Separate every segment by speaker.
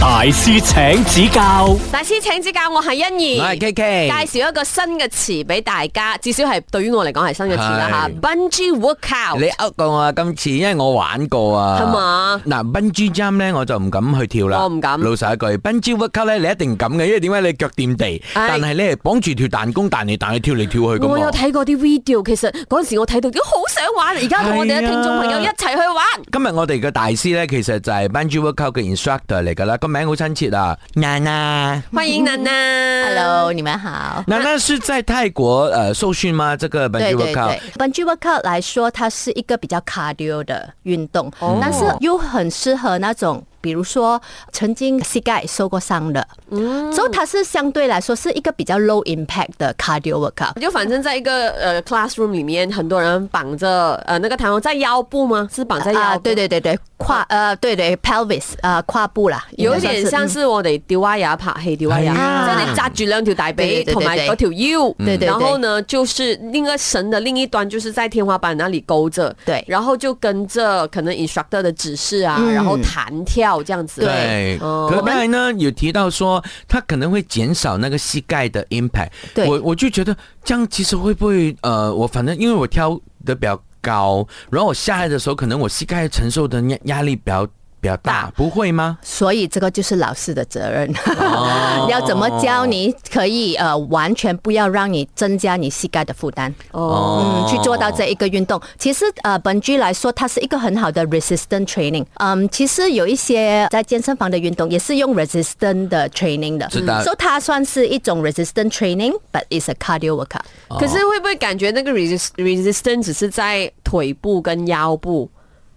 Speaker 1: 大師請指教，
Speaker 2: 大師請指教，我係欣怡。
Speaker 3: 我係 KK
Speaker 2: 介紹一個新嘅詞俾大家，至少係對於我嚟講係新嘅詞啦
Speaker 3: 係
Speaker 2: 吓。Bungee workout，
Speaker 3: 你呃過我啊！今次，因為我玩過啊。
Speaker 2: 係嘛
Speaker 3: 嗱，bungee jump 咧，我就唔敢去跳啦。
Speaker 2: 我唔敢
Speaker 3: 老實一句，bungee workout 咧，你一定敢嘅，因為點解你腳掂地，但係咧綁住條彈弓彈嚟彈去，跳嚟跳去咁
Speaker 2: 我有
Speaker 3: 喎。
Speaker 2: 睇過啲 video，其實嗰陣時我睇到，我好想玩，而家同我哋嘅
Speaker 3: 係啊
Speaker 2: 聽眾朋友一齊去玩。
Speaker 3: 今日我哋嘅大師咧，其實就係 bungee workout 嘅 instructor 嚟㗎啦，個名好親切啊，娜娜。
Speaker 2: 歡迎楠楠
Speaker 4: Hello，你们好。
Speaker 3: 娜娜是在泰國呃受訓嗎？這個
Speaker 4: 对
Speaker 3: bungee
Speaker 4: 对
Speaker 3: workout
Speaker 4: 对。，Bungee workout 来说，它是一个比较 cardio 的运动，
Speaker 2: 哦
Speaker 4: 但是又很适合那种，比如说曾经膝盖受过伤的，嗯，所以它是相对来说是一个比较 low impact 的 cardio workout。
Speaker 2: 就反正在一个呃 classroom 里面，很多人绑着呃那个弹簧在腰部吗？是绑在腰部？
Speaker 4: 啊，对对对对，胯呃，对对，pelvis 呃，胯部啦，
Speaker 2: 有
Speaker 4: 应该
Speaker 2: 點像
Speaker 4: 嗯
Speaker 2: 是我哋吊威也拍戲吊威也，即
Speaker 3: 係
Speaker 4: 啊
Speaker 2: 係你扎住兩條大髀
Speaker 4: 對對對
Speaker 2: 同埋
Speaker 4: 對
Speaker 2: 嗰條腰，
Speaker 4: 對對對
Speaker 2: 然後呢就是另一個繩的另一端就是在天花板那裡勾着，
Speaker 4: 對
Speaker 2: 然後就跟着可能 instructor 的指示啊，
Speaker 4: 嗯
Speaker 2: 然後彈跳這樣子，
Speaker 3: 对，
Speaker 2: 哦
Speaker 3: 可刚才呢有提到说，它可能会减少那个膝盖的 impact。
Speaker 4: 对
Speaker 3: 我我就觉得这样其实会不会呃，我反正因为我挑的比较高，然后我下来的时候，可能我膝盖承受的压压力比较比较大，不会吗？
Speaker 4: 所以这个就是老师的责任，
Speaker 3: 哦
Speaker 4: 你 要怎么教你可以呃完全不要让你增加你膝盖的负担，
Speaker 3: 哦
Speaker 4: 嗯，去做到这一个运动。其实呃，本居来说，它是一个很好的 resistance training。嗯，其实有一些在健身房的运动也是用 resistance 的 training 的，嗯
Speaker 3: 知道
Speaker 4: 所以它算是一种 resistance training，but it's a cardio workout。
Speaker 2: 可是會不會感覺那個 resist resistance 只是在腿部跟腰部？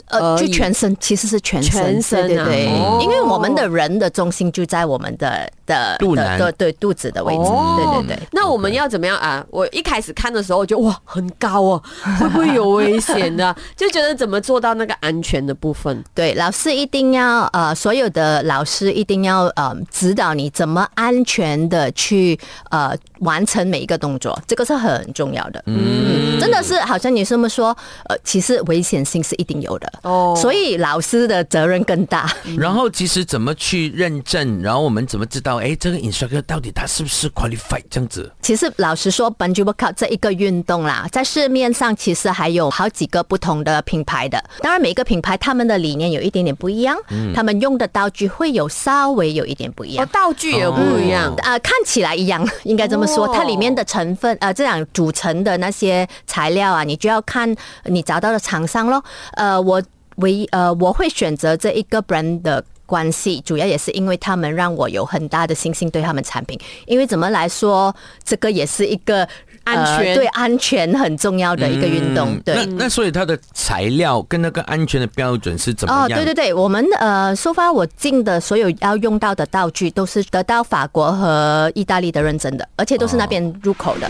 Speaker 2: 而
Speaker 4: 呃，就
Speaker 2: 已
Speaker 4: 全身其实是全身，
Speaker 2: 全身啊
Speaker 4: 对对对，
Speaker 2: 哦
Speaker 4: 因为我们的人的中心就在我们的的
Speaker 3: 肚
Speaker 4: 的
Speaker 3: 腩
Speaker 4: 的对肚子的位置，
Speaker 2: 哦
Speaker 4: 对对对。
Speaker 2: 那我们要怎么样啊？我一开始看的时候，我就哇，很高哦，会不会有危险的？就觉得怎么做到那个安全的部分？
Speaker 4: 对，老师一定要呃，所有的老师一定要呃指导你怎么安全的去呃完成每一个动作，这个是很重要的。嗯，真的是好像你这么说，呃，其实危险性是一定有的。
Speaker 2: 哦
Speaker 4: 所以老师的责任更大。
Speaker 2: 嗯
Speaker 3: 然后其实怎么去认证，然后我们怎么知道，哎，这个 instructor 到底他是不是 qualified 这样子？
Speaker 4: 其实老实说，bungee workout 这一个运动啦，在市面上其实还有好几个不同的品牌的。当然，每个品牌他们的理念有一点点不一样，他们用的道具会有稍微有一点不一
Speaker 2: 哦
Speaker 4: 样，。
Speaker 2: 道具也不一样。
Speaker 4: 呃，看起来一样， 应该这么说。
Speaker 2: 哦
Speaker 4: 它里面的成分，呃，这样组成的那些材料啊，你就要看你找到的厂商咯。呃，我唯一呃，我会选择这一个 brand 的。关系主要也是因为他们让我有很大的信心对他们产品，因为怎么来说，这个也是一个呃
Speaker 2: 安全
Speaker 4: 对安全很重要的一个运动。
Speaker 3: 嗯
Speaker 4: 对，
Speaker 3: 那那所以它的材料跟那个安全的标准是怎么样？
Speaker 4: 哦对对对，我们呃，收发我进的所有要用到的道具都是得到法国和意大利的认证的，而且都是
Speaker 3: 哦
Speaker 4: 那边入口的。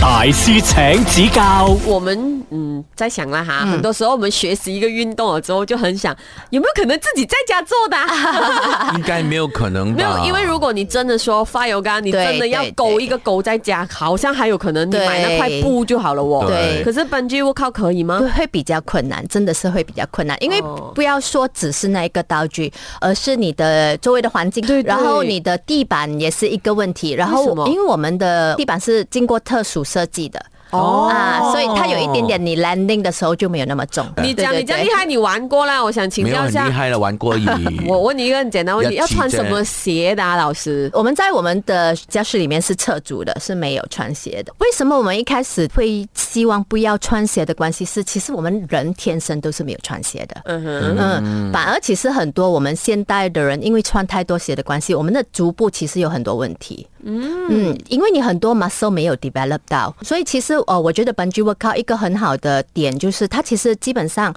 Speaker 1: 大師請指教，
Speaker 2: 我们嗯在想啦哈，很多时候我们学习一个运动了之后，就很想有没有可能自己在家做的、啊？
Speaker 3: 应该没有可能
Speaker 2: 没
Speaker 3: 吧？
Speaker 2: 有，因为如果你真的说 fire 杆，你
Speaker 4: 对
Speaker 2: 真的要
Speaker 4: 对
Speaker 2: 勾
Speaker 4: 对
Speaker 2: 一个勾在家，好像还有可能你买那块
Speaker 4: 对
Speaker 2: 布就好了哦。
Speaker 4: 对
Speaker 2: 可是 bungee workout 可以吗？
Speaker 4: 会会比较困难，真的是会比较困难，因为
Speaker 2: 哦
Speaker 4: 不要说只是那一个道具，而是你的周围的环境，
Speaker 2: 对对
Speaker 4: 然后你的地板也是一个问题，然后
Speaker 2: 为什么
Speaker 4: 因为我们的地板是经过特殊设计的。
Speaker 2: 哦
Speaker 4: 啊，所以它有一点点，你 landing 的时候就没有那么重。
Speaker 2: 你
Speaker 4: 哦对
Speaker 2: 讲你这样厉，
Speaker 4: 对对
Speaker 2: 害，你玩过啦，我想请
Speaker 3: 没有
Speaker 2: 教一
Speaker 3: 很
Speaker 2: 下。
Speaker 3: 厉。害了，玩过瘾
Speaker 2: 我问你一个很简单问题，
Speaker 3: 要
Speaker 2: 要
Speaker 3: 记
Speaker 2: 穿
Speaker 3: 着
Speaker 2: 什么鞋的、啊，老师？
Speaker 4: 我们在我们的教室里面是侧足的，是没有穿鞋的。为什么我们一开始会希望不要穿鞋的关系是，其实我们人天生都是没有穿鞋的。
Speaker 2: 嗯哼，
Speaker 4: 嗯，反而其实很多我们现代的人，因为穿太多鞋的关系，我们的足部其实有很多问题。嗯，因为你很多 muscle 没有 develop 到，所以其实呃，我觉得 bungee workout 一个很好的点就是，它其实基本上。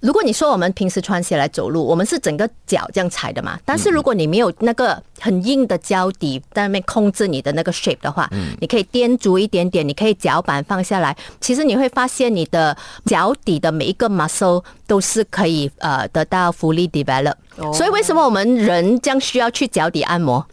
Speaker 4: 如果你说我们平时穿鞋来走路，我们是整个脚这样踩的嘛，但是如果你没有那个很硬的胶底在那边控制你的那个 shape 的话，你可以踮足一点点，你可以脚板放下来，其实你会发现你的脚底的每一个 muscle 都是可以呃得到 fully develop。所以为什么我们人这样需要去脚底按摩，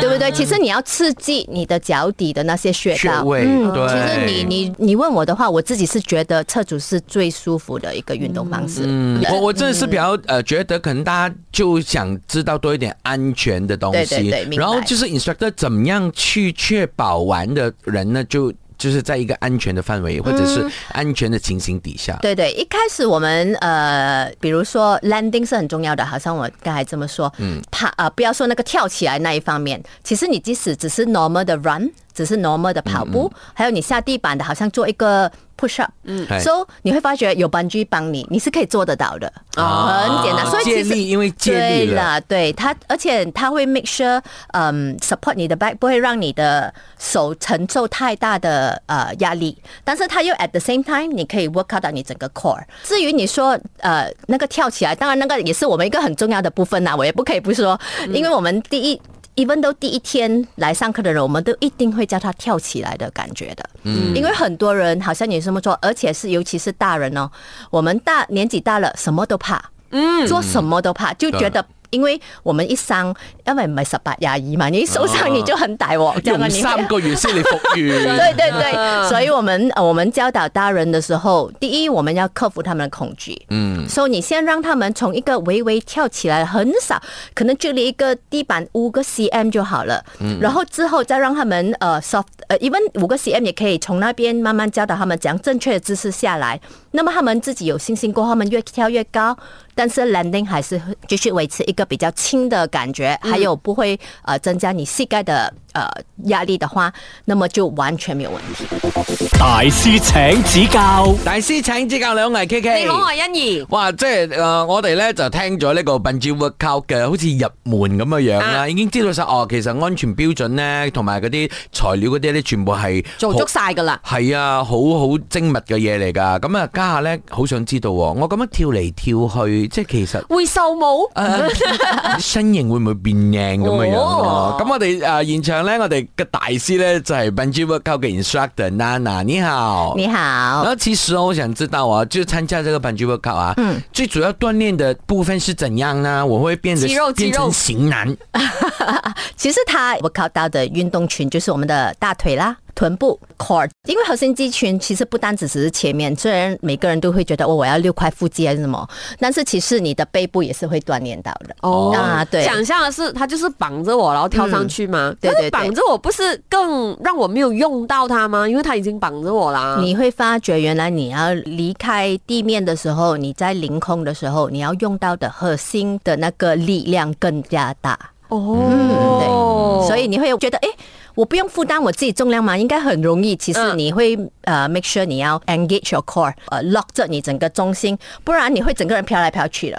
Speaker 4: 对不对？其实你要刺激你的脚底的那些穴
Speaker 3: 穴
Speaker 4: 道。
Speaker 3: 位，对，
Speaker 4: 其实嗯你你你问我的话，我自己是觉得侧足是最舒服的一个运动方式。
Speaker 3: 嗯，我我真的是比较呃，觉得可能大家就想知道多一点安全的东西，
Speaker 4: 对对对明白
Speaker 3: 然后就是 instructor 怎么样去确保玩的人呢，就就是在一个安全的范围或者是安全的情形底下，
Speaker 4: 嗯对对，一开始我们呃，比如说 landing 是很重要的，好像我刚才这么说，嗯，怕呃，不要说那个跳起来那一方面，其实你即使只是 normal 的 run，只是 normal 的跑
Speaker 3: 嗯
Speaker 4: 步，还有你下地板的，好像做一个 push up，嗯
Speaker 3: 哎
Speaker 4: ，so 你会发觉有 b u 帮你，你是可以做得到的，很简单，所以
Speaker 3: 啊借
Speaker 4: 其实
Speaker 3: 力因为借
Speaker 4: 对
Speaker 3: 力了，
Speaker 4: 啦，对它，而且它会 make sure，嗯，support 你的 back，不会让你的手承受太大的呃压力，但是它又 at the same time，你可以 work out 到你整个 core。至于你说呃那个跳起来，当然那个也是我们一个很重要的部分呐、我也不可以不说，因为我们第一。even 都第一天来上课的人，我们都一定会教他跳起来的感觉的，嗯，因为很多人好像你这么说，而且是尤其是大人哦，我们大年纪大了，什么都怕，
Speaker 3: 嗯
Speaker 4: 做什么都怕，就觉得。因为我们一生，因为唔係十八廿二嘛，你一受伤你就很大镬，這樣啊
Speaker 3: 啊用
Speaker 4: 你
Speaker 3: 三个 月先嚟復原。
Speaker 4: 对对对，所以我们呃我们教导大人的时候，第一我们要克服他们的恐惧，嗯，所以你先让他们从一个微微跳起来，很少，可能距离一个地板五个 cm 就好了，嗯，然后之后再让他们呃 soft 呃 even 五个 cm 也可以从那边慢慢教导他们怎样正确的姿势下来，那么他们自己有信心过后，他们越跳越高。但是 landing 还是会继续维持一个比较轻的感觉，还有不会呃增加你膝盖的呃压力的话，那么就完全没有问题。
Speaker 1: 大师请指教，
Speaker 3: 大師請指教兩位 K K。
Speaker 2: 你好，我係欣怡。
Speaker 3: 哇！即係誒、呃我哋咧就聽咗呢個 bungee workout 嘅，好似入門咁嘅樣啦，
Speaker 2: 啊
Speaker 3: 已經知道晒哦。其實安全標準咧，同埋嗰啲材料嗰啲咧，全部係
Speaker 2: 做足晒噶啦，
Speaker 3: 好係啊，好好精密嘅嘢嚟㗎。咁啊，家下咧好想知道喎，我咁樣跳嚟跳去，即係 其實。
Speaker 2: 會瘦冇？
Speaker 3: 呃身形會唔會變靚咁嘅樣咯
Speaker 2: 哦？
Speaker 3: 咁、我哋誒、呃、現場咧，我哋嘅大師咧就係、bungee workout 嘅 instructor Nana，你好。
Speaker 4: 你
Speaker 3: 然
Speaker 4: 好，
Speaker 3: 后其实哦，我想知道啊，就参加这个 bungee workout 啊，
Speaker 2: 嗯
Speaker 3: 最主要锻炼的部分是怎样呢？我会变得
Speaker 2: 肌肉肌肉
Speaker 3: 变成型男，
Speaker 4: 其實他我考到的运動群就是我們的大腿啦。臀部 core，因為核心肌群其實不單只是前面，雖然每個人都會覺得哦我要六塊腹肌還是什麼，但是其實你的背部也是會鍛鍊到的。
Speaker 2: 哦
Speaker 4: 啊对
Speaker 2: 想象的是他就是绑着我，然后跳上去嘛。
Speaker 4: 对
Speaker 2: 但
Speaker 4: 对对
Speaker 2: 是绑着我不是更让我没有用到它吗？因为他已经绑着我啦。
Speaker 4: 你会发觉，原来你要离开地面的时候，你在凌空的时候，你要用到的核心的那个力量更加大，
Speaker 2: 哦，
Speaker 4: 嗯所以你会觉得，诶，我不用负担我自己重量嘛，应该很容易。其实
Speaker 2: 嗯
Speaker 4: 你会、呃，make sure 你要 engage your core，呃，lock 着你整个中心，不然你会整个人飘来飘去的。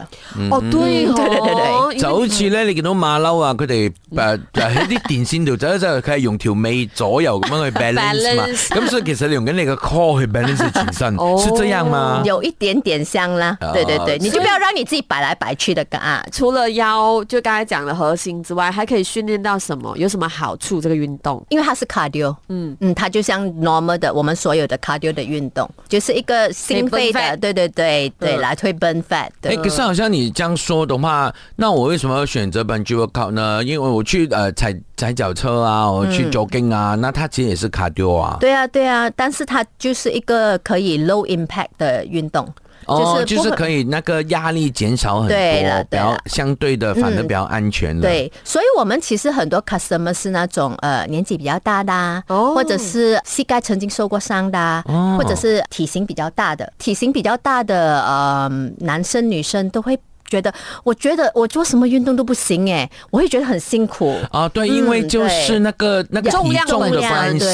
Speaker 2: 哦对哦，
Speaker 4: 嗯对对对对
Speaker 2: 因为
Speaker 3: 就好似咧，你見到馬騮啊，佢哋誒喺啲電線度走一走，佢係用條尾左右咁 樣去 balance 嘛。
Speaker 2: Balance
Speaker 3: 咁所以其實你用緊你個 core 去 balance 全身，
Speaker 2: 哦
Speaker 3: 是這樣嗎？
Speaker 4: 有一点点像啦，
Speaker 3: 啊
Speaker 4: 对对对，你
Speaker 3: 所
Speaker 4: 就
Speaker 3: 以
Speaker 4: 不要让你自己摆来摆去的啊。
Speaker 2: 除了腰，就刚才讲的核心之外，还可以训练到什么？有什么好处？这个运动
Speaker 4: 因为它是 cardio，嗯嗯，它就像 normal 的我们所有的 cardio 的运动，就是一个心肺
Speaker 2: 可以 burn
Speaker 4: 的，
Speaker 2: fat
Speaker 4: 对对对对，
Speaker 2: 嗯
Speaker 4: 来推 burn fat
Speaker 3: 哎、
Speaker 4: 对。
Speaker 3: 可是好像你这样说的话，那我为什么要选择 bungee workout 呢？因为我去呃踩踩脚车啊，我
Speaker 2: 嗯
Speaker 3: 去 jogging 啊，那它其实也是 cardio 啊。
Speaker 4: 对啊，对啊，但是它就是一个可以 low impact 的运动，
Speaker 3: 哦，
Speaker 4: 就是
Speaker 3: 就
Speaker 4: 不
Speaker 3: 是
Speaker 4: 会
Speaker 3: 可以那个压力减少很多，
Speaker 4: 对了
Speaker 3: 比
Speaker 4: 对
Speaker 3: 较
Speaker 4: 了
Speaker 3: 相对的反而比较安全了。，
Speaker 4: 对，所以我们其实很多 customer 是那种呃年纪比较大的、啊，
Speaker 2: 哦
Speaker 4: 或者是膝盖曾经受过伤的、啊，
Speaker 3: 哦
Speaker 4: 或者是体型比较大的，体型比较大的呃男生女生都会觉得，我觉得我做什么运动都不行诶，我会觉得很辛苦。
Speaker 3: 啊，对，因为就是
Speaker 4: 嗯对
Speaker 3: 那个那个
Speaker 2: 重
Speaker 3: 体
Speaker 2: 量
Speaker 3: 重的
Speaker 4: 重量
Speaker 3: 关系
Speaker 4: 啊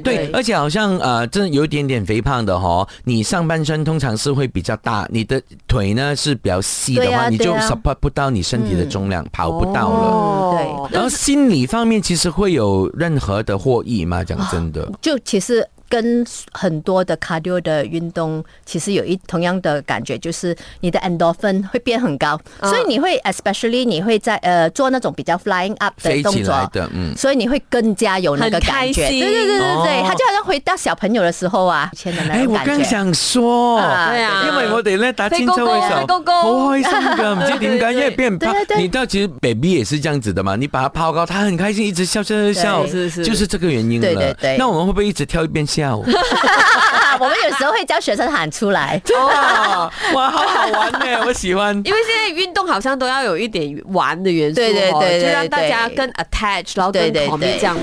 Speaker 2: 对对
Speaker 3: 而且好像呃，真的有一点点肥胖的哈，你上半身通常是会比较大，你的腿呢是比较细的
Speaker 4: 对
Speaker 3: 话，
Speaker 4: 啊
Speaker 3: 你就
Speaker 4: 对嗯啊
Speaker 3: support 不到你身体的重量，跑不到了。
Speaker 2: 哦
Speaker 4: 哦
Speaker 3: 然后心理方面其实会有任何的获益吗？讲真的，
Speaker 4: 就其实跟很多的 cardio 的运动其实有一同样的感觉，就是你的 endorphin 会变很高，所以你会 especially 你会在呃做那种比较 flying up 的
Speaker 3: 飞
Speaker 4: 动
Speaker 3: 起
Speaker 4: 作
Speaker 3: 来的嗯
Speaker 4: 所以你会更加有那个
Speaker 2: 很
Speaker 4: 感
Speaker 2: 开
Speaker 4: 觉，对
Speaker 2: 心
Speaker 4: 对对对对，
Speaker 3: 哦
Speaker 4: 他就好像回到小朋友的时候啊，以前的那
Speaker 3: 哎，
Speaker 4: 种
Speaker 3: 我
Speaker 4: 感
Speaker 3: 剛
Speaker 4: 觉。
Speaker 3: 想說，
Speaker 4: 啊
Speaker 2: 對啊
Speaker 3: 因為我哋咧打
Speaker 2: 飛
Speaker 3: 千
Speaker 2: 高
Speaker 3: 秋嘅
Speaker 2: 高
Speaker 3: 時候，
Speaker 2: 飛高高
Speaker 3: 好開心㗎，唔知點
Speaker 2: 對對
Speaker 3: 解，
Speaker 2: 對
Speaker 3: 因為俾人拋
Speaker 4: 對對對
Speaker 3: 你知道其實 baby 也是這樣子的嘛，你把他拋高，他很開心，一直笑笑笑笑，
Speaker 4: 對
Speaker 2: 是是
Speaker 3: 就是這個原因了。
Speaker 4: 對對對
Speaker 3: 那我們會不會一直跳一邊笑？
Speaker 4: 啊，我们有时候会教学生喊出来。哦
Speaker 3: 哇，哇，好好玩呢，我喜歡。
Speaker 2: 因为现在运动好像都要有一点玩的元素哦，
Speaker 4: 对对对对
Speaker 2: 就让大家
Speaker 4: 对
Speaker 2: 更 attach，然后更
Speaker 4: 对对
Speaker 2: commit
Speaker 4: 对
Speaker 2: 这样。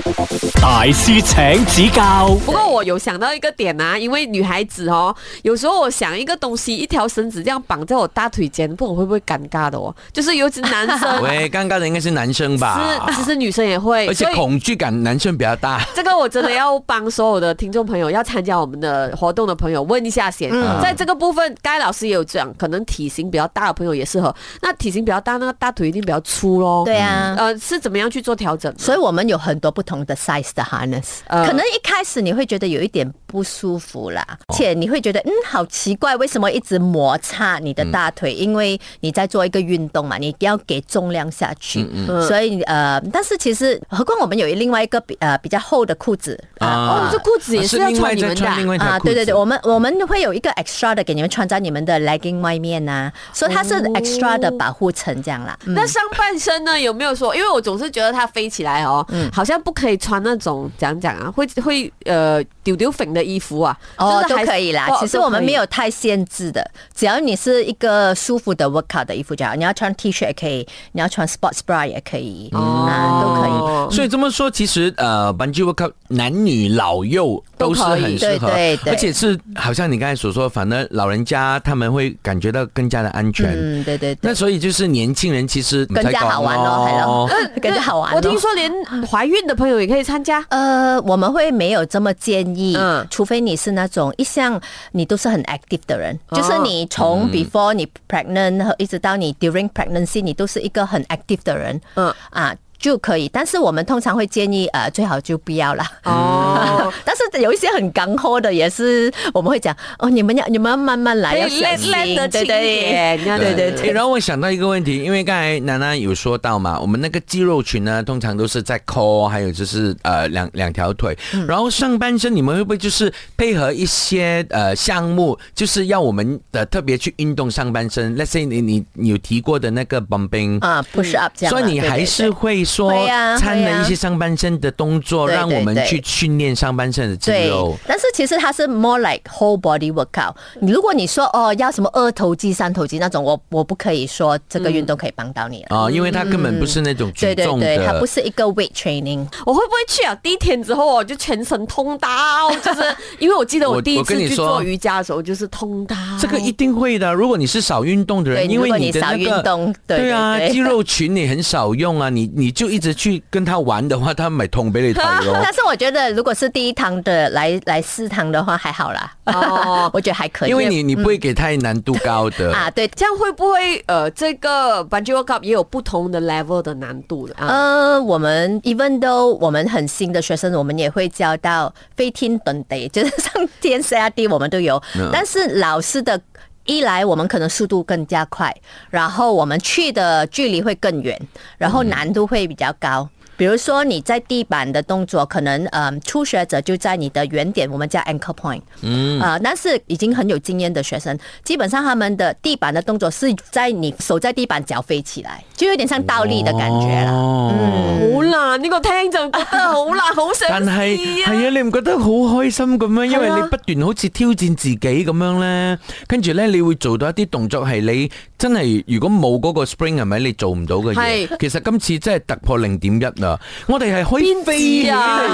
Speaker 1: 大师请指教，
Speaker 2: 不过我有想到一个点啊，因为女孩子哦，有时候我想一个东西，一条绳子这样绑在我大腿间，不懂会不会尴尬的哦？就是尤其男 生，
Speaker 3: 喂，尴尬的應該是男生吧
Speaker 2: 是，其实女生也会，
Speaker 3: 啊而且
Speaker 2: 所以
Speaker 3: 恐懼感男生比較大。
Speaker 2: 这个我真的要帮所有的听众朋友，要参加我们的活动的朋友问一下先。
Speaker 3: 嗯
Speaker 2: 在这个部分，该老师也有讲，可能体型比较大的朋友也适合。那体型比较大，那个大腿一定比较粗咯。
Speaker 4: 对啊，
Speaker 2: 呃，是怎么样去做调整呢？
Speaker 4: 所以我们有很多不同的 size 的 harness，、
Speaker 2: 呃
Speaker 4: 可能一开始你会觉得有一点不舒服啦，且你会觉得嗯好奇怪，为什么一直摩擦你的大腿？因为你在做一个运动嘛，你要给重量下去，所以呃，但是其实何况我们有另外一个比呃比较厚的裤子
Speaker 3: 啊
Speaker 2: 哦，这裤子也是要
Speaker 3: 另外
Speaker 2: 穿你们的
Speaker 3: 再穿
Speaker 2: 啊
Speaker 3: 另外一條褲子
Speaker 4: 对对对，我们我们会有一个 extra 的给你们穿在你们的 legging 外面呐、所以它是 extra 的保护层这样啦。嗯
Speaker 2: 那上半身呢？有没有说？因为我总是觉得它飞起来哦，
Speaker 4: 嗯
Speaker 2: 好像不可以穿那种讲讲啊，会会呃丢丢粉的衣服啊，
Speaker 4: 哦，
Speaker 2: 就是
Speaker 4: 都
Speaker 2: 还
Speaker 4: 可以啦
Speaker 2: 哦。
Speaker 4: 其实
Speaker 2: 都
Speaker 4: 我们
Speaker 2: 可以
Speaker 4: 没有太限制的，只要你是一个舒服的 workout 的衣服就好。你要穿 T 恤也可以，你要穿 sports bra 也可以，啊，都可以。
Speaker 2: 哦
Speaker 3: 所以这么说，其实呃，bungee workout 男女老幼都是很适合，
Speaker 4: 都可以对对对
Speaker 3: 而且是好像你刚才所说，反正老人家他们会感觉到更加的安全。
Speaker 4: 嗯，对对
Speaker 3: 那
Speaker 4: 对，
Speaker 3: 所以就是年轻人其实
Speaker 4: 更加好玩咯，系咯， 更加好玩哦咯。
Speaker 2: 我听说连怀孕的朋友也可以参加。
Speaker 4: 呃，我们会没有这么建议，
Speaker 2: 嗯
Speaker 4: 除非你是那种一向你都是很 active 的人，
Speaker 2: 哦
Speaker 4: 就是你
Speaker 3: 嗯
Speaker 4: 从 before 你 pregnant 和一直到你 during pregnancy，你都是一个很 active 的人，
Speaker 2: 嗯
Speaker 4: 啊就可以。但是我们通常会建议，呃，最好就不要啦。
Speaker 2: 哦，
Speaker 4: 但是有一些很刚喝的，也是我们会讲哦，你们要你们要慢慢来，
Speaker 2: 可
Speaker 4: 要
Speaker 2: 以
Speaker 4: 小
Speaker 2: 哎练
Speaker 4: 心，
Speaker 2: 练得轻
Speaker 4: 对
Speaker 2: 一
Speaker 4: 对。
Speaker 2: 点，对
Speaker 4: 啊对对
Speaker 3: 诶然后我想到一个问题，因为刚才楠楠有说到嘛，我们那个肌肉群呢，通常都是在 core，还有就是呃两两条腿，
Speaker 4: 嗯
Speaker 3: 然后上半身你们会不会就是配合一些呃项目，就是要我们的特别去运动上半身？Let's say 你你你有提过的那个 bumping
Speaker 4: 啊，push up 这样
Speaker 3: 所
Speaker 4: 啦，
Speaker 3: 以你
Speaker 4: 对对
Speaker 3: 还
Speaker 4: 对
Speaker 3: 是会说
Speaker 4: 会啊
Speaker 3: 掺
Speaker 4: 会
Speaker 3: 了
Speaker 4: 啊
Speaker 3: 一些上半身的动作，
Speaker 4: 对对
Speaker 3: 让我们
Speaker 4: 对
Speaker 3: 去训练上半身的肌
Speaker 4: 对
Speaker 3: 肉。，
Speaker 4: 但是其实它是 more like whole body workout。你如果你说哦要什么二头肌、三头肌那种，我我不可以说这个运动可以帮到你了。
Speaker 3: 啊、因为它根本不是那种举
Speaker 4: 嗯对对
Speaker 3: 重的，
Speaker 4: 对，它不是一个 weight training。
Speaker 2: 我会不会去啊了第一天之后，我就全身痛到， 就是因为我记得
Speaker 3: 我
Speaker 2: 我第一
Speaker 3: 我跟
Speaker 2: 次
Speaker 3: 你
Speaker 2: 去
Speaker 3: 说
Speaker 2: 做瑜伽的时候，就是痛到。
Speaker 3: 这个一定会的。如果你是少运动的人，
Speaker 4: 哦对
Speaker 3: 因为
Speaker 4: 如果你
Speaker 3: 的那
Speaker 4: 少运
Speaker 3: 个
Speaker 4: 动对
Speaker 3: 啊，
Speaker 4: 对对
Speaker 3: 肌肉群你很少用啊，你你就一直去跟他玩的话，他咪痛俾你睇 咯
Speaker 4: 但。是我觉得如果是第一堂的来来四堂的话还好啦，
Speaker 2: 哦
Speaker 4: 我觉得还可以。
Speaker 3: 因为你你不会给太难度高的
Speaker 4: 嗯啊，对，
Speaker 2: 这样会不会呃，这个 bungee workout 也有不同的 level 的难度的啊？
Speaker 4: 呃，我们 even though 我们很新的学生，我们也会教到飞天本地， 就是上天下地我们都有。但是老师的一来，我们可能速度更加快，然后我们去的距离会更远，然后难度会比较高。比如说你在地板的动作，可能嗯，初学者就在你的原点，我们叫 anchor point，嗯啊、但是已经很有经验的学生，基本上他们的地板的动作是在你手在地板脚飞起来，就有点像倒立的感觉啦。嗯
Speaker 3: 哦
Speaker 2: 好啦，呢、個个 听就觉得好啦，好想
Speaker 3: 但
Speaker 2: 知
Speaker 3: 係
Speaker 2: 啊
Speaker 3: 係啊，你唔覺得好開心咁樣？因為
Speaker 2: 係啊
Speaker 3: 你不斷好似挑戰自己咁樣咧，跟住咧你會做到一啲動作係你真係如果冇嗰個 spring 係咪你做唔到嘅嘢？
Speaker 2: 係
Speaker 3: 其實今次真係突破零點一啦！我哋係可以
Speaker 2: 邊
Speaker 3: 飛
Speaker 2: 止
Speaker 3: 起嚟
Speaker 2: 啊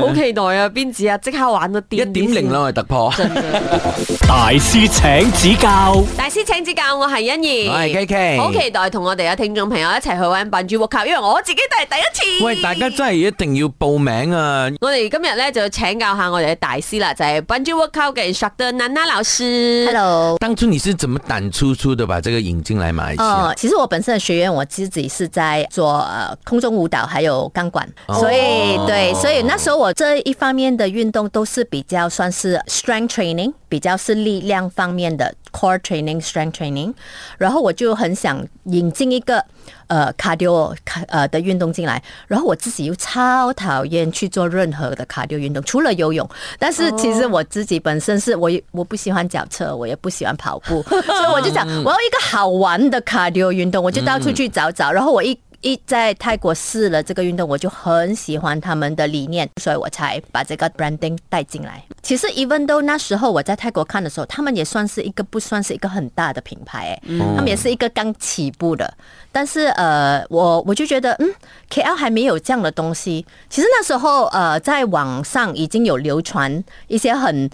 Speaker 2: 好
Speaker 3: 嘅，
Speaker 2: 期待啊！邊子啊，即刻玩到
Speaker 3: 一
Speaker 2: 癲啲
Speaker 3: 點零啦，我哋突破。
Speaker 2: 先！真嘅
Speaker 1: 大師請指教，
Speaker 2: 大師請指教，我係欣怡，
Speaker 3: 我係 KK
Speaker 2: 好期待同我哋嘅聽眾朋友一齊去玩笨豬 w o 因為我自己都係第一次。
Speaker 3: 喂，大家真係一定要報名啊！
Speaker 2: 我哋今日咧就請教下我哋嘅大師啦，就係笨豬 w o 嘅 instructor Nana 老師。
Speaker 4: Hello。
Speaker 3: 當初你是怎麼膽粗粗
Speaker 4: 哦
Speaker 3: 的把這個引進來馬來西亞？
Speaker 4: 呃，其实我本身的学院我自己是在做呃空中舞蹈还有钢管，所以对，所以那时候我这一方面的运动都是比较算是 strength training，比较是力量方面的 core training strength training，然后我就很想引进一个呃 cardio 卡呃的运动进来，然后我自己又超讨厌去做任何的 cardio 运动，除了游泳，但是其实我自己本身是我也我不喜欢脚车，我也不喜欢跑步，所以我就想我要一个好玩的 cardio 运动，我就到处去找找，然后我一。一在泰国试了这个运动，我就很喜欢他们的理念，所以我才把这个 branding 带进来。其实 even though 那时候我在泰国看的时候，他们也算是一个不算是一个很大的品牌，哎、他们也是一个刚起步的。但是呃，我我就觉得，嗯，KL 还没有这样的东西。其实那时候呃，在网上已经有流传一些很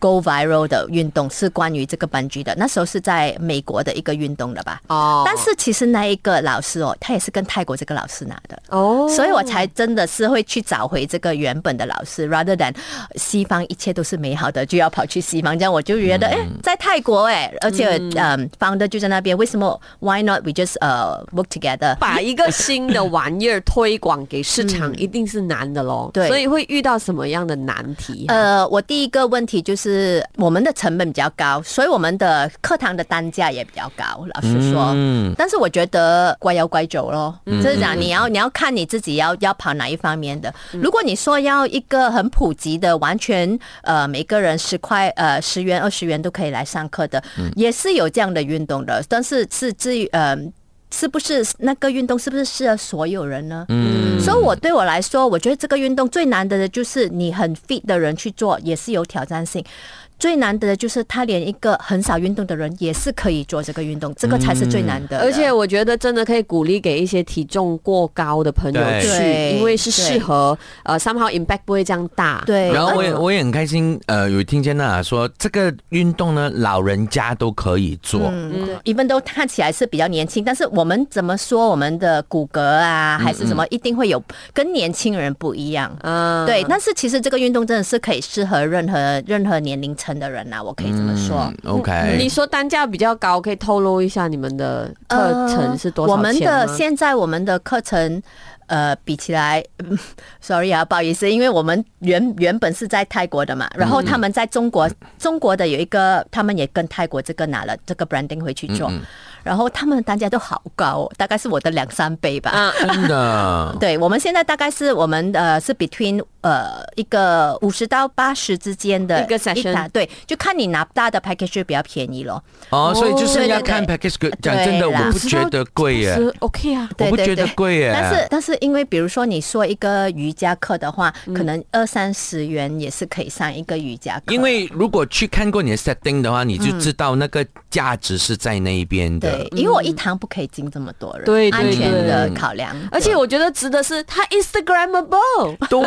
Speaker 4: go viral 的运动，是关于这个班级的。那时候是在美国的一个运动的吧？
Speaker 2: 哦
Speaker 4: 但是其实那一个老师哦，他也是跟泰国这个老师拿的，
Speaker 2: 哦
Speaker 4: 所以我才真的是会去找回这个原本的老师，rather than 西方一切都是美好的，就要跑去西方。这样我就觉得，哎、在泰国哎、而且嗯，方的、就在那边，为什么 why not we just 呃、work together？
Speaker 2: 把一个新的玩意儿推广给市
Speaker 4: 嗯
Speaker 2: 场，一定是难的咯。
Speaker 4: 对
Speaker 2: 所以会遇到什么样的难题？
Speaker 4: 呃，我第一个问题就是我们的成本比较高，所以我们的课堂的单价也比较高。老实说，
Speaker 3: 嗯
Speaker 4: 但是我觉得乖要乖走咯，就是讲你要你要看你自己要要跑哪一方面的。如果你说要一个很普及的，完全呃每个人十块呃十元二十元都可以来上课的，也是有这样的运动的，但是是至于呃。是不是那个运动是不是适合所有人呢？嗯，所以我对我来说，我觉得这个运动最难得的就是你很 fit 的人去做，也是有挑战性。最难得的就是他连一个很少运动的人也是可以做这个运动，这个才是最难得的。
Speaker 2: 而且我觉得真的可以鼓励给一些体重过高的朋友
Speaker 3: 对
Speaker 2: 去，
Speaker 4: 对
Speaker 2: 因为是适合呃，somehow impact 不会这样大。，
Speaker 4: 对，
Speaker 3: 然后我也
Speaker 4: 而
Speaker 3: 我也很开心，呃，有听见娜娜说这个运动呢，老人家都可以做。
Speaker 4: 嗯，一般都看起来是比较年轻，但是我们怎么说我们的骨骼啊，还是什么，一定会有跟年轻人不一样。
Speaker 2: 嗯，
Speaker 4: 对，但是其实这个运动真的是可以适合任何任何年龄层的人啊呐、我可以这么说。
Speaker 3: 嗯 OK，
Speaker 2: 你说单价比较高，可以透露一下你们的课程是多少
Speaker 4: 呃我们
Speaker 2: 钱
Speaker 4: 的
Speaker 2: 吗
Speaker 4: 现在我们的课程。呃，比起来、 嗯 s o r r y 啊，不好意思，因为我们原原本是在泰国的
Speaker 2: 嗯
Speaker 4: 嘛，然后他们在中国，中国的有一个，他们也跟泰国这个拿了这个 branding 回去
Speaker 2: 嗯
Speaker 4: 做，然后他们的单价都好高、哦，大概是我的两三倍吧。
Speaker 2: 啊
Speaker 3: 真 的
Speaker 4: 对，我们现在大概是我们呃是 between 呃一个五十到八十之间的
Speaker 2: 一个 session
Speaker 4: 打对，就看你拿大的 package 就比较便宜咯。
Speaker 3: 哦，所以就是要看
Speaker 4: 对
Speaker 3: package。讲真的，
Speaker 4: 对啦
Speaker 3: 我不觉得贵耶，
Speaker 2: 是 OK 啊。
Speaker 3: 我
Speaker 4: 对
Speaker 3: 不
Speaker 4: 对
Speaker 3: 觉得
Speaker 4: 对
Speaker 3: 贵耶。
Speaker 4: 但是但是因为比如说你说一个瑜伽课的话，
Speaker 2: 嗯
Speaker 4: 可能二三十元也是可以上一个瑜伽课。
Speaker 3: 因为如果去看过你的 setting 的话，你就知道那个价值是在那一边的
Speaker 4: 对。，因为我一堂不可以进这么多人，
Speaker 2: 嗯对对
Speaker 4: 安全
Speaker 2: 对
Speaker 4: 的考量。
Speaker 2: 而且我觉得值的是，它 Instagramable，
Speaker 4: 哎
Speaker 3: 对，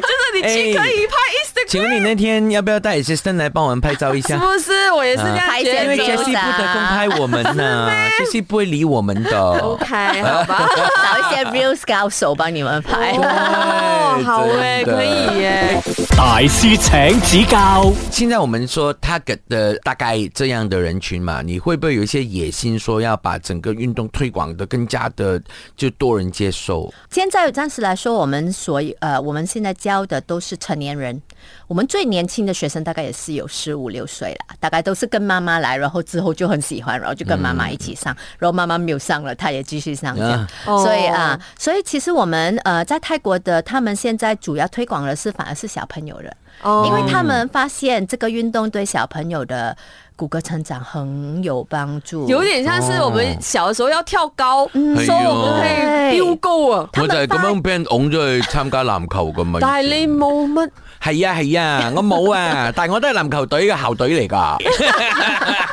Speaker 2: 就是你去可以拍 Instagram，、
Speaker 3: 请问你那天要不要带 assistant 来帮我们拍照一
Speaker 2: 是
Speaker 3: 下？
Speaker 2: 不是？我也是这
Speaker 4: 啊
Speaker 2: 样
Speaker 3: 因为
Speaker 2: 觉
Speaker 4: 拍一些
Speaker 2: 得。
Speaker 3: Jessie
Speaker 4: 照
Speaker 3: 不得空拍我们 呢，Jessie 不会理我们的。
Speaker 2: OK，好吧。
Speaker 4: 找一些 real 高手帮你们拍。
Speaker 2: 哦，好哎、
Speaker 3: 真的
Speaker 2: 可以耶、
Speaker 1: 大师请指教，
Speaker 3: 现在我们说 target 的大概这样的人群嘛，你会不会有一些野心，说要把整个运动推广的更加的就多人接受？
Speaker 4: 现在暂时来说，我们所以呃，我们现在教的都是成年人，我们最年轻的学生大概也是有十五六岁啦，大概都是跟妈妈来，然后之后就很喜欢，然后就跟妈妈一起上，然后妈妈没有上了，她也继续上这样
Speaker 3: 啊
Speaker 4: 所以
Speaker 2: 哦
Speaker 4: 啊、所以其实我们呃在泰国的，他们现在主要推广的是反而是小朋友的。
Speaker 2: 哦
Speaker 4: 因为他们发现这个运动对小朋友的骨骼成长很有帮助，
Speaker 2: 有点像是我们小的时候要跳高，所以我
Speaker 3: 哦哎
Speaker 2: 们
Speaker 4: 呦
Speaker 2: 可以丢高啊。
Speaker 3: 我就係咁樣俾人拱咗去參加籃球啊噶嘛。
Speaker 2: 但係你冇乜，
Speaker 3: 係啊係啊，我冇啊，但係我都係籃球隊嘅校隊嚟 㗎。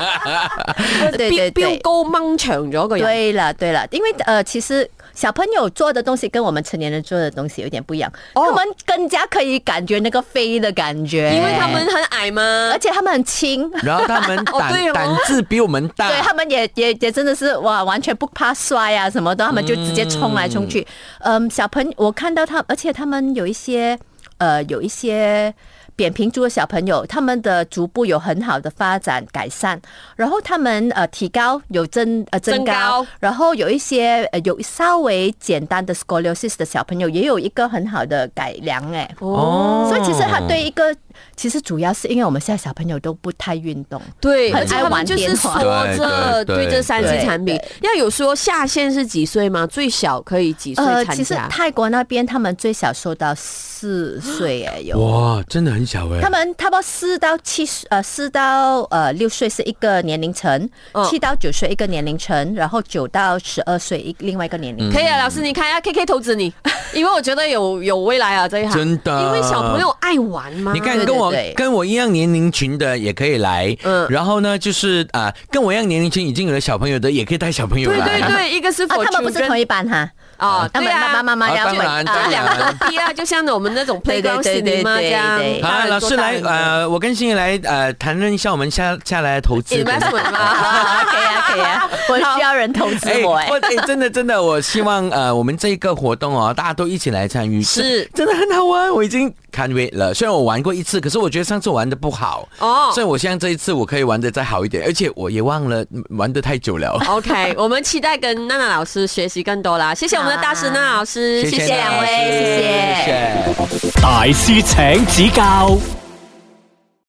Speaker 4: 對對對
Speaker 2: 標呃高掹長咗個人。
Speaker 4: 对了，对了，因为呃，其实小朋友做的东西跟我们成年人做的东西有点不一样，
Speaker 2: 哦
Speaker 4: 他们更加可以感觉那个飞的感觉，
Speaker 2: 因为他们，很矮嘛
Speaker 4: 而，且他们很轻。
Speaker 3: 然後他們
Speaker 2: 哦對
Speaker 3: 膽
Speaker 2: 哦
Speaker 3: 膽子比我們
Speaker 2: 啊
Speaker 3: 大。
Speaker 4: 对他们也也也真的是哇，完全不怕摔啊什么的，他们就直接冲来冲嗯去。嗯，小朋友，我看到他，而且他们有一些呃有一些扁平足的小朋友，他们的足部有很好的发展改善，然后他们呃体高有增呃增
Speaker 2: 增
Speaker 4: 高，
Speaker 2: 高
Speaker 4: 然后有一些呃有稍微简单的 scoliosis 的小朋友也有一个很好的改良哎。
Speaker 3: 哦
Speaker 4: 所以其实他对一个，其实主要是因为我们现在小朋友都不太运动，
Speaker 2: 对，
Speaker 4: 很
Speaker 2: 而且
Speaker 4: 爱
Speaker 2: 他们
Speaker 4: 玩
Speaker 2: 就是
Speaker 4: 电话
Speaker 2: 说着
Speaker 3: 对对对
Speaker 2: 对这三 C
Speaker 4: 对
Speaker 2: 产品，要有说下限是几岁吗？最小可以几岁
Speaker 4: 呃，
Speaker 2: 参
Speaker 4: 其实
Speaker 2: 加？
Speaker 4: 泰国那边他们最小收到四岁哎有。
Speaker 3: 哇，真的很小哎、
Speaker 4: 他们差不多四到七十，呃，四到呃六岁是一个年龄层
Speaker 2: 嗯，
Speaker 4: 七、到九岁一个年龄层，然后九到十二岁一另外一个年
Speaker 3: 嗯
Speaker 4: 龄。
Speaker 2: 可以啊，老师，你看一下 KK 投资你，因为我觉得有有未来啊 这一行，
Speaker 3: 真的
Speaker 2: 因为小朋友爱玩嘛。
Speaker 3: 你看，
Speaker 4: 对
Speaker 3: 跟我
Speaker 4: 对
Speaker 3: 跟我一样年龄群的也可以来，
Speaker 2: 嗯
Speaker 3: 然后呢，就是啊、跟我一样年龄群已经有了小朋友的也可以带小朋友
Speaker 2: 对
Speaker 3: 来，
Speaker 2: 对对，一个是
Speaker 4: 啊，
Speaker 2: 否
Speaker 4: 他们不是同一班哈，
Speaker 2: 啊，
Speaker 4: 他
Speaker 2: 对
Speaker 4: 们
Speaker 2: 啊
Speaker 4: 爸爸妈妈
Speaker 3: 啊
Speaker 4: 要
Speaker 3: 当然当
Speaker 2: 这
Speaker 3: 然
Speaker 4: 啊
Speaker 2: 两个不一样，就像我们那 种
Speaker 4: 对对
Speaker 2: playground
Speaker 4: 对对
Speaker 2: cinema 这
Speaker 4: 对
Speaker 2: 样
Speaker 4: 对。
Speaker 2: 大
Speaker 3: 好，
Speaker 2: 人
Speaker 3: 老
Speaker 2: 做
Speaker 3: 师
Speaker 2: 大
Speaker 3: 来，
Speaker 2: 人的
Speaker 3: 呃，我跟欣怡来，呃，谈论一下我们下下来投资哎的。
Speaker 2: 哎 investment 嘛。
Speaker 4: 啊，可以啊，可以啊，我需要人投资我哎
Speaker 3: 我。哎，真的真的，我希望呃，我们这个活动哦，大家都一起来参与，
Speaker 2: 是
Speaker 3: 真的很好玩，我已经 can't wait 了。虽然我玩过一次，可是我觉得上次玩的不好，
Speaker 2: 哦
Speaker 3: 所以我希望这一次我可以玩的再好一点，而且我也忘了嗯玩的太久了。
Speaker 2: OK，我们期待跟娜娜老师学习更多啦。谢谢我们的大师娜老师，
Speaker 3: 谢
Speaker 4: 谢两位谢谢
Speaker 3: 谢谢。
Speaker 1: 大师请指教。